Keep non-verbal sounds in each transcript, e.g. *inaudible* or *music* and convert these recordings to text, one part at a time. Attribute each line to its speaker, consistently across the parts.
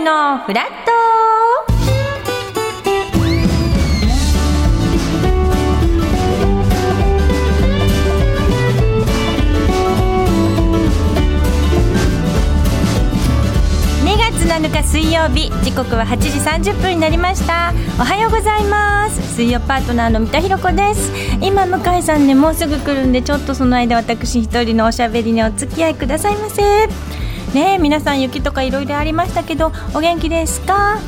Speaker 1: のフラット2月7日水曜日時刻は8時30分になりましたおはようございます水曜パートナーの三田寛子です今向井さんねもうすぐ来るんでちょっとその間私一人のおしゃべりにお付き合いくださいませねえ皆さん雪とかいろいろありましたけどお元気ですか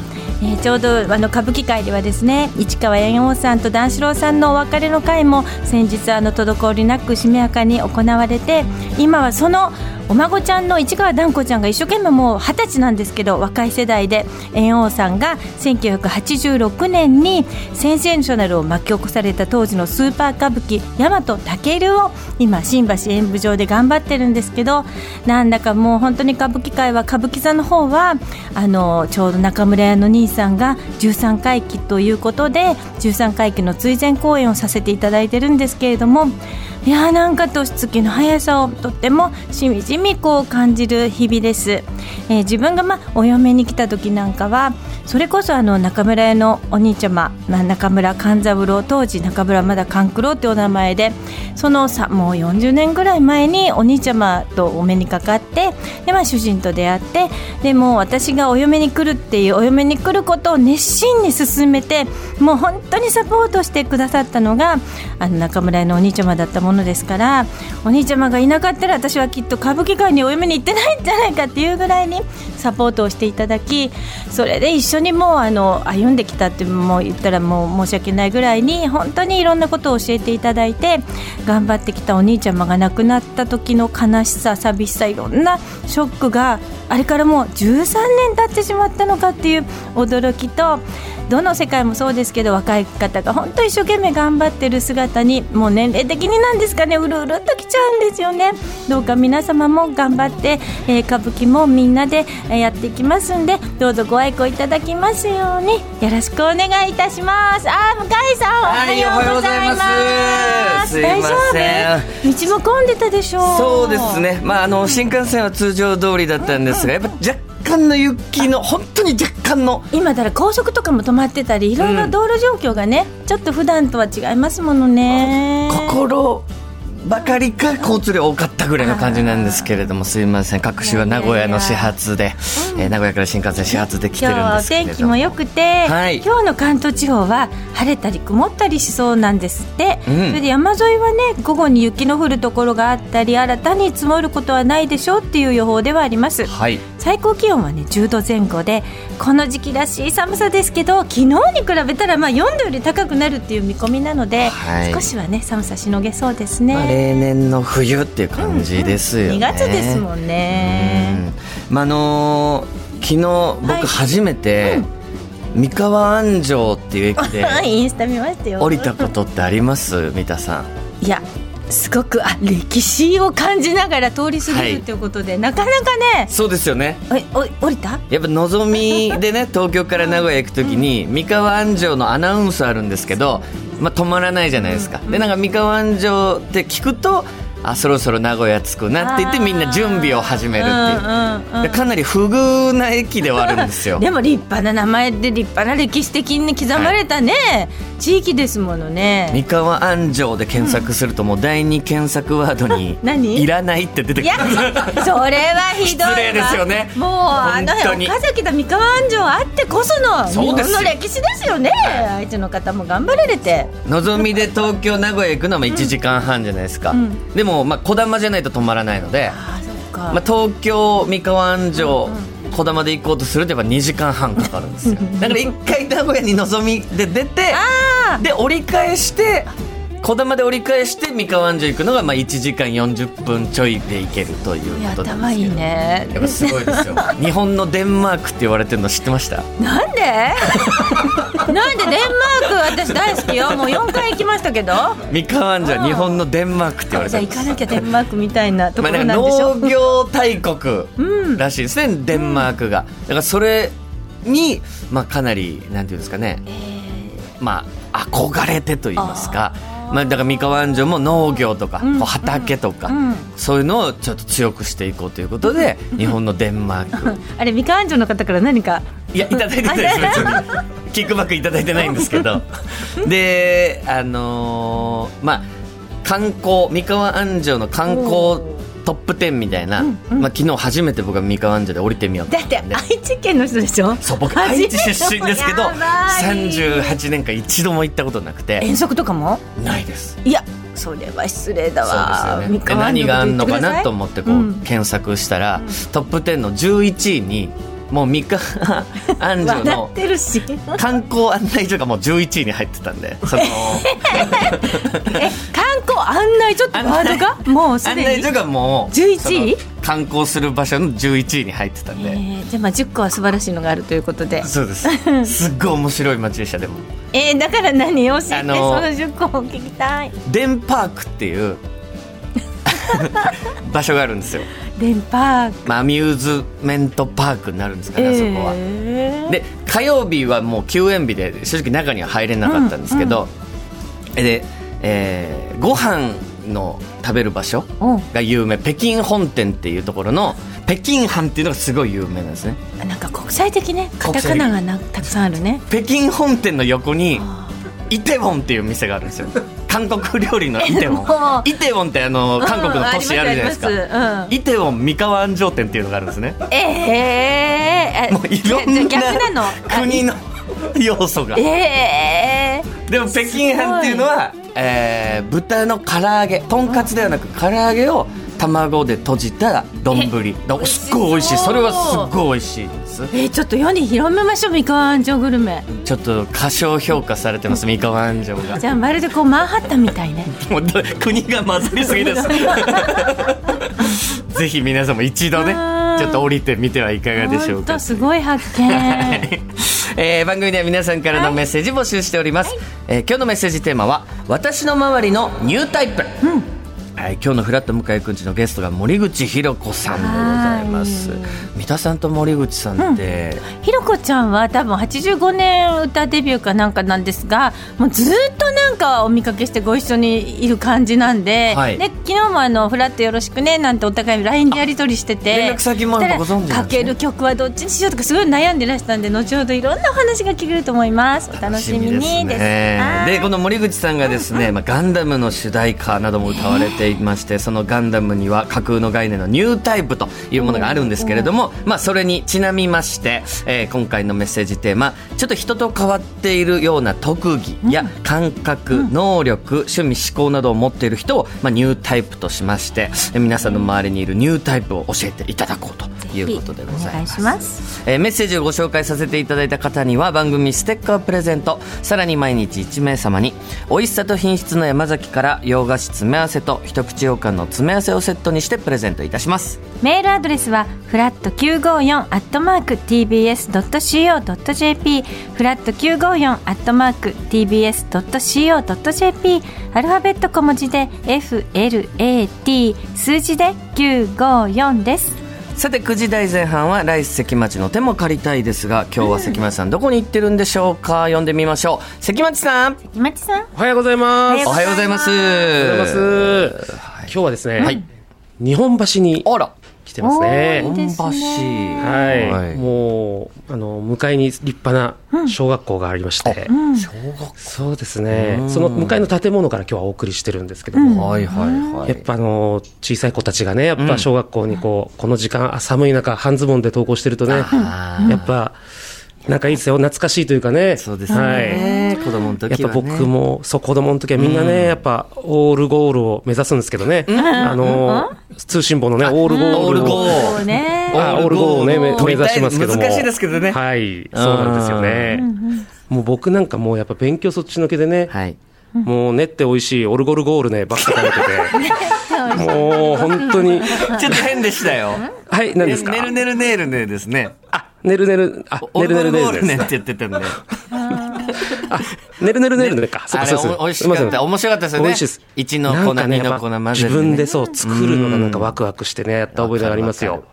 Speaker 1: えーちょうどあの歌舞伎界ではですね市川猿翁さんと段四郎さんのお別れの会も先日あの滞りなくしめやかに行われて今はそのお孫ちゃんの市川團子ちゃんが一生懸命もう二十歳なんですけど若い世代で猿翁さんが1986年にセンセーショナルを巻き起こされた当時のスーパー歌舞伎「大和健」を今新橋演舞場で頑張ってるんですけどなんだかもう本当に歌舞伎界は歌舞伎座の方はあのちょうど中村屋の兄さんが13回忌ということで13回忌の追善公演をさせていただいてるんですけれどもいやーなんか年月の速さをとってもしみじみこう感じる日々です、えー自分がまあお嫁に来た時なんかはそれこそあの中村屋のお兄ちゃま、まあ、中村勘三郎当時中村まだ勘九郎ってお名前でそのさもう40年ぐらい前にお兄ちゃまとお目にかかってで、まあ、主人と出会ってでもう私がお嫁に来るっていうお嫁に来ることを熱心に進めてもう本当にサポートしてくださったのがあの中村屋のお兄ちゃまだったものですからお兄ちゃまがいなかったら私はきっと歌舞伎界にお嫁に行ってないんじゃないかっていうぐらいにサポートをしていただきそれで一緒にもうあの歩んできたってもう言ったらもう申し訳ないぐらいに本当にいろんなことを教えていただいて頑張ってきたお兄ちゃまが亡くなった時の悲しさ寂しさいろんなショックがあれからもう13年経ってしまったのかっていう驚きとどの世界もそうですけど若い方が本当一生懸命頑張ってる姿にもう年齢的になんですかねうるうるっときちゃうんですよねどうか皆様も頑張って、えー歌舞伎もみんなで、えーやっていきますんでどうぞご愛顧いただきますようによろしくお願いいたしますあー向井さんおはようございます,、
Speaker 2: はいおはようございます
Speaker 1: 大丈夫道も混んでたでしょ
Speaker 2: そうですね、まあ、あの新幹線は通常通りだったんですが、やっぱ若干の雪の、本当に若干の、
Speaker 1: 今だら高速とかも止まってたりいろいろ道路状況がね、ちょっと普段とは違いますものね
Speaker 2: 心ばかりか交通量多かったぐらいの感じなんですけれども、すいません、各種は名古屋の始発で、えー名古屋から新幹線始発で来てるん
Speaker 1: 今
Speaker 2: で
Speaker 1: 日
Speaker 2: すけれ
Speaker 1: 天
Speaker 2: ども。
Speaker 1: 気も良くて、
Speaker 2: はい
Speaker 1: 今日の関東地方は晴れたり曇ったりしそうなんですって、
Speaker 2: うん
Speaker 1: それで山沿いはね午後に雪の降るところがあったり新たに積もることはないでしょうっていう予報ではあります
Speaker 2: はい
Speaker 1: 最高気温はね10度前後でこの時期らしい寒さですけど昨日に比べたらまあ4度より高くなるっていう見込みなので、
Speaker 2: はい
Speaker 1: 少しはね寒さしのげそうです
Speaker 2: まあ、
Speaker 1: ね、
Speaker 2: 例年の冬っていう感じですよね。
Speaker 1: 2月ですもんね、
Speaker 2: うんまああのー昨日
Speaker 1: はい
Speaker 2: 僕初めて、三河安城っていう駅
Speaker 1: *laughs*
Speaker 2: で
Speaker 1: インスタ見ましたよ
Speaker 2: 降りたことってあります三田さん
Speaker 1: いやすごくあ歴史を感じながら通り過ぎるということで、なかなかね
Speaker 2: そうですよね
Speaker 1: おいお降りた
Speaker 2: やっぱのぞみで *laughs* ね東京から名古屋行くときに三河安城のアナウンスあるんですけど、まあ、止まらないじゃないですか、でなんか三河安城って聞くとあそろそろ名古屋着くなって言ってみんな準備を始めるっていう、
Speaker 1: うんうんうん
Speaker 2: でかなり不遇な駅ではあるんですよ
Speaker 1: でも立派な名前で立派な歴史的に刻まれたね、地域ですものね
Speaker 2: 三河安城で検索するともう第二検索ワードに
Speaker 1: 何
Speaker 2: いらないって出て
Speaker 1: い
Speaker 2: くる
Speaker 1: やそれはひどいわ
Speaker 2: 失礼ですよね
Speaker 1: もうあの
Speaker 2: 本当に
Speaker 1: 岡崎と三河安城あってこその日
Speaker 2: そう
Speaker 1: 本
Speaker 2: ですよ
Speaker 1: の歴史ですよね相手の方も頑張られて
Speaker 2: のぞみで東京名古屋行くのは1時間半じゃないですか、
Speaker 1: うん
Speaker 2: でもまあこだまじゃないと止まらないので、
Speaker 1: あそっか、
Speaker 2: まあ、東京三河安城、こだまで行こうとするとやっぱ2時間半かかるんですよだから一回名古屋にのぞみで出てで折り返してこだまで折り返して三河安城行くのがまあ1時間40分ちょいで行けるという
Speaker 1: いや
Speaker 2: ことなん
Speaker 1: 頭
Speaker 2: ですけど
Speaker 1: いいね
Speaker 2: やっぱすごいで
Speaker 1: *laughs*
Speaker 2: すよ日本のデンマークって言われてるの知ってました
Speaker 1: なん
Speaker 2: *laughs*
Speaker 1: でなんでデンマーク私大好きよもう4回行きましたけど
Speaker 2: 三河安城は日本のデンマークって言われ
Speaker 1: じ
Speaker 2: て
Speaker 1: ゃあ
Speaker 2: る
Speaker 1: 行
Speaker 2: んで
Speaker 1: か
Speaker 2: す
Speaker 1: なきゃデンマークみたいなとこ
Speaker 2: まあ、な
Speaker 1: ろ
Speaker 2: んか
Speaker 1: なんでしょ、
Speaker 2: 農業大国らしいですね、デンマークがだからそれに、まあ、かなりなんていうんですかね、まあ憧れてと言いますかまあ、だから三河安城も農業とか、こう畑とか、
Speaker 1: うん
Speaker 2: そういうのをちょっと強くしていこうということで、日本のデンマーク
Speaker 1: あれみかんじょの方から何か
Speaker 2: いやいただいてないです別に *laughs* キックバックいただいてないんです
Speaker 1: *laughs*
Speaker 2: けどであのーまあ観光三河安城の観光トップ10みたいな、まあ、昨日初めて僕は三河安城で降りてみようと
Speaker 1: だ
Speaker 2: 思
Speaker 1: っ
Speaker 2: って
Speaker 1: て愛知県の人でしょ
Speaker 2: そう僕
Speaker 1: 初め
Speaker 2: 愛
Speaker 1: て
Speaker 2: 知出身ですけ
Speaker 1: *laughs*
Speaker 2: ど
Speaker 1: やばい
Speaker 2: 38年間一度も行ったことなくて
Speaker 1: 遠足とかも
Speaker 2: ないです
Speaker 1: いやそれは失礼だ
Speaker 2: そ
Speaker 1: わ
Speaker 2: うです
Speaker 1: 三
Speaker 2: よねで
Speaker 1: 河
Speaker 2: 何があんのかなと
Speaker 1: っ
Speaker 2: 思ってこう、
Speaker 1: うん
Speaker 2: 検索したら、トップ10の11位にもう三河安
Speaker 1: て
Speaker 2: 城
Speaker 1: 笑
Speaker 2: の
Speaker 1: ってる
Speaker 2: *laughs*
Speaker 1: し
Speaker 2: 観光案内所がもう11位に入ってた
Speaker 1: *laughs*
Speaker 2: んでその
Speaker 1: え観光案内ちょっとワードがもうす
Speaker 2: 案
Speaker 1: で
Speaker 2: 内
Speaker 1: に
Speaker 2: 所がもう
Speaker 1: 11位
Speaker 2: その観光する場所の11位に入ってたんで、
Speaker 1: えーじゃあまあ10個は素晴らしいのがあるということで
Speaker 2: そうです
Speaker 1: *laughs*
Speaker 2: すっごい面白い街でしたでも
Speaker 1: えー、だから何教えて、
Speaker 2: あのー
Speaker 1: その10個を聞きたい
Speaker 2: デンパークっ
Speaker 1: *laughs*
Speaker 2: ていう場所があるんですよ
Speaker 1: デンパーク
Speaker 2: まあ、アミューズメントパークになるんですかね、そこは。
Speaker 1: えー
Speaker 2: で火曜日はもう休園日で正直中には入れなかったんですけど、で、えーご飯の食べる場所
Speaker 1: お
Speaker 2: が有名北京本店っていうところの北京飯っていうのがすごい有名なんですね
Speaker 1: なんか国際的ねカ
Speaker 2: 国
Speaker 1: タ
Speaker 2: 際的
Speaker 1: カナがなたくさんあるね
Speaker 2: 北京本店の横にイテウォンっていう店があるんですよ韓国料理のイテウ
Speaker 1: も
Speaker 2: ォンイテウォンってあの韓国の都市あるじゃないです
Speaker 1: うんありますあり
Speaker 2: か
Speaker 1: ます
Speaker 2: イテウォン三河安城店っていうのがあるんですね
Speaker 1: ええー、
Speaker 2: もういろん
Speaker 1: じゃあ逆なの
Speaker 2: な
Speaker 1: あ
Speaker 2: 国の要素が
Speaker 1: ええ
Speaker 2: でも北京飯っていうのは、えー豚の唐揚げとんかつではなく唐揚げを卵で閉じた丼
Speaker 1: え
Speaker 2: すっごい美味しいそれはすっごい美味しいです
Speaker 1: ー、えー、ちょっと世に広めましょう三河安城グルメ
Speaker 2: ちょっと過小評価されてます三河安城が
Speaker 1: じゃあまるでこうマンハッタンみたいね
Speaker 2: *laughs* もうど国が混ざりすぎです *laughs* ぜひ皆さんも一度ね
Speaker 1: うん
Speaker 2: ちょっと降りてみてはいかがでしょう
Speaker 1: ほん
Speaker 2: か
Speaker 1: とすごい発見
Speaker 2: *laughs* えー番組では皆さんからのメッセージ募集しております、えー今日のメッセージテーマは「私の周りのニュータイプ」はい、今日の「フラット向井くんち」のゲストが森口博子さんでございます
Speaker 1: は
Speaker 2: 三田さんと森口さんって、
Speaker 1: ひろこちゃんは多分85年歌デビューかなんかなんですがもうずっとなんかお見かけしてご一緒にいる感じなんで,、
Speaker 2: はい
Speaker 1: で昨日もあの「フラットよろしくね」なんてお互い LINE でやり取りしてて
Speaker 2: 連絡先もやっぱご存知なんですね
Speaker 1: そしたらかける曲はどっちにしようとかすごい悩んでらしたんで後ほどいろんなお話が聞けると思いますお楽しみにですは
Speaker 2: で
Speaker 1: い
Speaker 2: この森口さんがで
Speaker 1: *laughs*
Speaker 2: すね、まあ、ガンダムの主題歌なども歌われていまして、そのガンダムには架空の概念のニュータイプというものがあるんですけれども、まあ、それにちなみまして、えー今回のメッセージテーマちょっと人と変わっているような特技や感覚、能力趣味思考などを持っている人を、まあ、ニュータイプとしましてえ皆さんの周りにいるニュータイプを教えていただこうということでございます。
Speaker 1: お願いします
Speaker 2: えーメッセージをご紹介させていただいた方には番組ステッカープレゼントさらに毎日1名様に美味しさと品質の山崎から洋菓子詰め合わせと一口羊羹の詰め合わせをセットにしてプレゼントいたします
Speaker 1: メールアドレスはフラット954アットマーク tbs ドット co ドット jp フラット954アットマーク tbs ドット co ドット jp アルファベット小文字で f l a t 数字で954です。
Speaker 2: さて9時台前半は来世関町の手も借りたいですが今日は関町さんどこに行ってるんでしょうか呼んでみましょう関町さん
Speaker 1: 今地さん。
Speaker 3: おはようございます。
Speaker 2: おはようございますおは
Speaker 3: おはようございます。今日はですね、日本橋に
Speaker 2: あら
Speaker 3: 来てます
Speaker 1: おー。
Speaker 3: ね
Speaker 2: 本橋
Speaker 1: ですね
Speaker 3: はい、
Speaker 2: はい
Speaker 3: もう、あの、向かいに立派な小学校がありまして、
Speaker 2: 小学校
Speaker 3: そうですね、
Speaker 2: うん
Speaker 3: その向かいの建物から今日はお送りしてるんですけども、
Speaker 2: はいはいはい
Speaker 3: やっぱあの、小さい子たちがね、やっぱ小学校にこう、この時間、あ寒い中、半ズボンで登校してるとね、
Speaker 2: あー
Speaker 3: やっぱ、なんかいいですよ、懐かしいというかね。
Speaker 2: そうですね、子供の時は、
Speaker 3: やっ
Speaker 2: ね、
Speaker 3: ぱ僕も、そう、子供の時はみんなね、やっぱ、オールゴールを目指すんですけどね。あの、通信簿のね、オールゴールを。
Speaker 2: オールゴール
Speaker 1: そうね。
Speaker 3: あオールゴールをね、め
Speaker 2: 取り
Speaker 3: 目指
Speaker 2: たい
Speaker 3: しますけども。
Speaker 2: 難しいですけどね
Speaker 3: はい、そうなんですよね。もう僕なんかもうやっぱ勉強そっちのけでね、
Speaker 2: はい
Speaker 3: もう練って美味しいオルゴルゴールね、ばっか食べてて。もう本当
Speaker 2: *laughs*
Speaker 3: に。
Speaker 2: ちょっと変でしたよ。
Speaker 3: はい、何ですか
Speaker 2: ねるねるねるねですね。
Speaker 3: あ、ねるねる、あ、
Speaker 2: オ
Speaker 3: ね
Speaker 2: ル
Speaker 3: る
Speaker 2: ゴ
Speaker 3: ねるね
Speaker 2: ー
Speaker 3: る
Speaker 2: ルね
Speaker 3: ね
Speaker 2: って言ってたんで。
Speaker 3: あ、ねるねるねるねか。そう
Speaker 2: あ
Speaker 3: か
Speaker 2: れ、
Speaker 3: そう
Speaker 2: お
Speaker 3: そ
Speaker 2: 美
Speaker 3: う
Speaker 2: 味しかった。面白かったですよね。
Speaker 3: 美味しいです。
Speaker 2: 一の
Speaker 3: な
Speaker 2: 粉、
Speaker 3: んかね
Speaker 2: 二の粉
Speaker 3: やっぱ
Speaker 2: 混ぜてね。
Speaker 3: 自分でそう、作るのがなんかワクワクしてね、やった覚えがあります
Speaker 2: わか
Speaker 3: よ。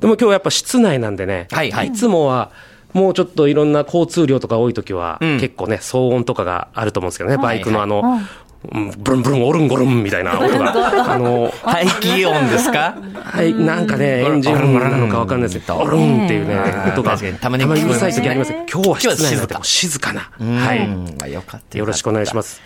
Speaker 3: でも今日はやっぱ室内なんでね、
Speaker 2: はいはい
Speaker 3: つもは、もうちょっといろんな交通量とか多い時は、結構ね、騒音とかがあると思うんですけどね、バイクのあの、うんブルンブルン、オルンゴルンみたいな
Speaker 2: *laughs*
Speaker 3: 音が、あの、
Speaker 2: 排気音ですか
Speaker 3: はい、なんかね、エンジン音なのかわかんないですけど、オルンっていうね、音が、
Speaker 2: 確かにたまに
Speaker 3: うるさい
Speaker 2: 聞こ
Speaker 3: 時
Speaker 2: え
Speaker 3: あり
Speaker 2: ま
Speaker 3: ますす
Speaker 2: ね
Speaker 3: ね。今日は室内なので
Speaker 2: 今日は静か
Speaker 3: 静かな。
Speaker 2: は。
Speaker 3: はいい。
Speaker 2: まあよかった。
Speaker 3: よろしくお
Speaker 2: お
Speaker 3: 願いします。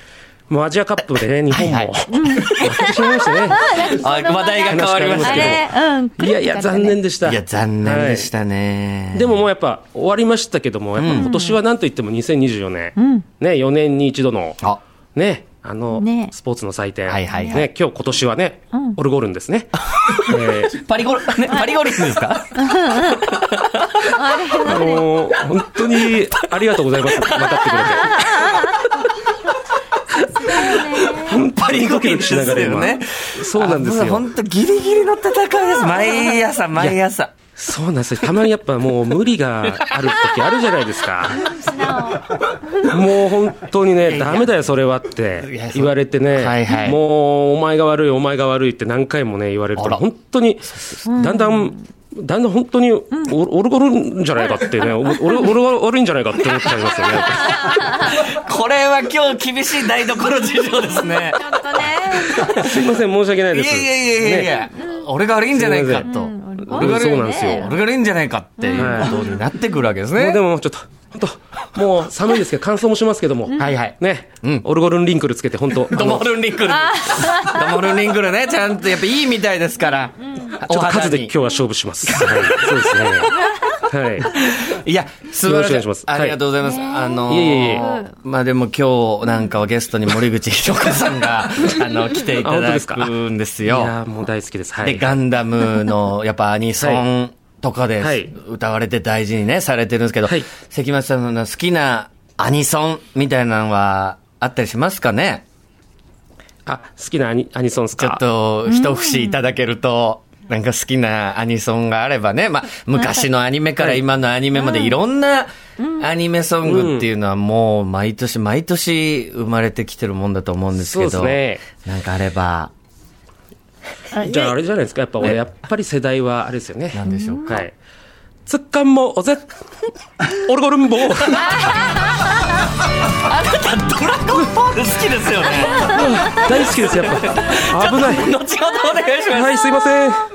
Speaker 3: もうアジアカップでね、日本
Speaker 2: はい
Speaker 3: も、 *laughs* 負けてしまいましたね。
Speaker 2: 願いします。話題が変わります
Speaker 1: あ
Speaker 2: けど。
Speaker 1: れ、うん。
Speaker 3: いやいや、残念でした。
Speaker 2: いや、残念でしたね。
Speaker 3: でももうやっぱ終わりましたけども、やっぱ今年はなんといっても2024年、ね、4年に一度の、
Speaker 2: あ、
Speaker 3: ね、あの、
Speaker 1: ね
Speaker 3: スポーツの祭典、
Speaker 2: はいはいはい
Speaker 3: ね、今日今年はね、オルゴールンです
Speaker 2: *laughs*
Speaker 3: ね。えー
Speaker 2: パリゴ、ね、パリゴリンですか
Speaker 3: あのー本当にありがとうございます。またってくれて。
Speaker 2: パリゴリンですよね。
Speaker 3: そうなんです
Speaker 2: あもう
Speaker 3: よ。
Speaker 2: 本当ギリギリの戦いです。毎朝、毎朝。
Speaker 3: そうなんですよ。たまにやっぱもう無理がある時あるじゃないで
Speaker 2: *laughs*
Speaker 3: すか。もう本当にね、ダメだよ、それはって
Speaker 2: いやそう
Speaker 3: 言われてね、
Speaker 2: はいはい
Speaker 3: もうお前が悪い、お前が悪いって何回もね、言われる
Speaker 2: あ
Speaker 3: と、
Speaker 2: ら
Speaker 3: 本当に、だんだん、だんだん本当に、お俺が悪いんじゃないかってね、お俺俺は悪いんじゃないかって思っちゃいます
Speaker 2: *laughs*
Speaker 3: よね。
Speaker 2: これは今日厳しい台所事情ですね。
Speaker 1: ちょっとね。
Speaker 3: すいません、申し訳ない
Speaker 2: いや
Speaker 3: で
Speaker 2: い
Speaker 3: す。
Speaker 2: やいやいやいや、俺が悪いんじゃないかと。
Speaker 1: ん
Speaker 2: 俺が悪い
Speaker 3: そうなんですよ
Speaker 2: 俺が悪いんじゃないかっていうことになってくるわけです
Speaker 3: も
Speaker 2: ね
Speaker 3: うで。もちょっと、本当もう寒いですけど、乾燥もしますけども、
Speaker 2: はいはい。
Speaker 3: ね、
Speaker 2: うん
Speaker 3: オルゴルンリンクルつけて、本当、
Speaker 2: ドモルンリンクル。ドモルンリンクルね、ちゃんとやっぱいいみたいですから。
Speaker 3: ち
Speaker 2: お
Speaker 3: ょっと
Speaker 2: 肌
Speaker 3: 数で
Speaker 2: に
Speaker 3: 今日は勝負し
Speaker 2: *laughs*
Speaker 3: ます。はい、そうですね。はい。
Speaker 2: いや、素晴らしい。
Speaker 3: よろしくお願いします
Speaker 2: ありがとうございます。あのー
Speaker 3: いえいえいえ
Speaker 2: まあでも今日なんかはゲストに森口博子さんが、あの、来ていた
Speaker 3: あ本当
Speaker 2: だ
Speaker 3: ですか
Speaker 2: くんです
Speaker 3: い
Speaker 2: よ。
Speaker 3: やーもう大好きです。は
Speaker 2: で、
Speaker 3: い。
Speaker 2: ガンダムの、やっぱアニソンとかで
Speaker 3: はい
Speaker 2: 歌われて大事にね、されてるんですけど、
Speaker 3: はい
Speaker 2: 関町さんの好きなアニソンみたいなのはあったりしますかね
Speaker 3: あ、好きなアニアニソンです
Speaker 2: ちょっ
Speaker 3: か
Speaker 2: と、一節いただけると、なんか好きなアニソンがあればね、まあ、昔のアニメから今のアニメまでいろんなアニメソングっていうのはもう毎年毎年生まれてきてるもんだと思うんですけ
Speaker 3: そ
Speaker 2: ど、
Speaker 3: うで
Speaker 2: なんかあれば、
Speaker 3: じゃああれじゃないですか。やっぱ俺、やっぱり世代はあれですよね。
Speaker 2: なんでしょうか。
Speaker 3: はい。つかもうぜオルゴル
Speaker 2: *laughs*
Speaker 3: ンボー
Speaker 2: あなたドラゴンボール好きですよね。
Speaker 3: 大好きです、やっぱ。危ない。
Speaker 2: 後ほどお願いします。
Speaker 3: はい、すいません。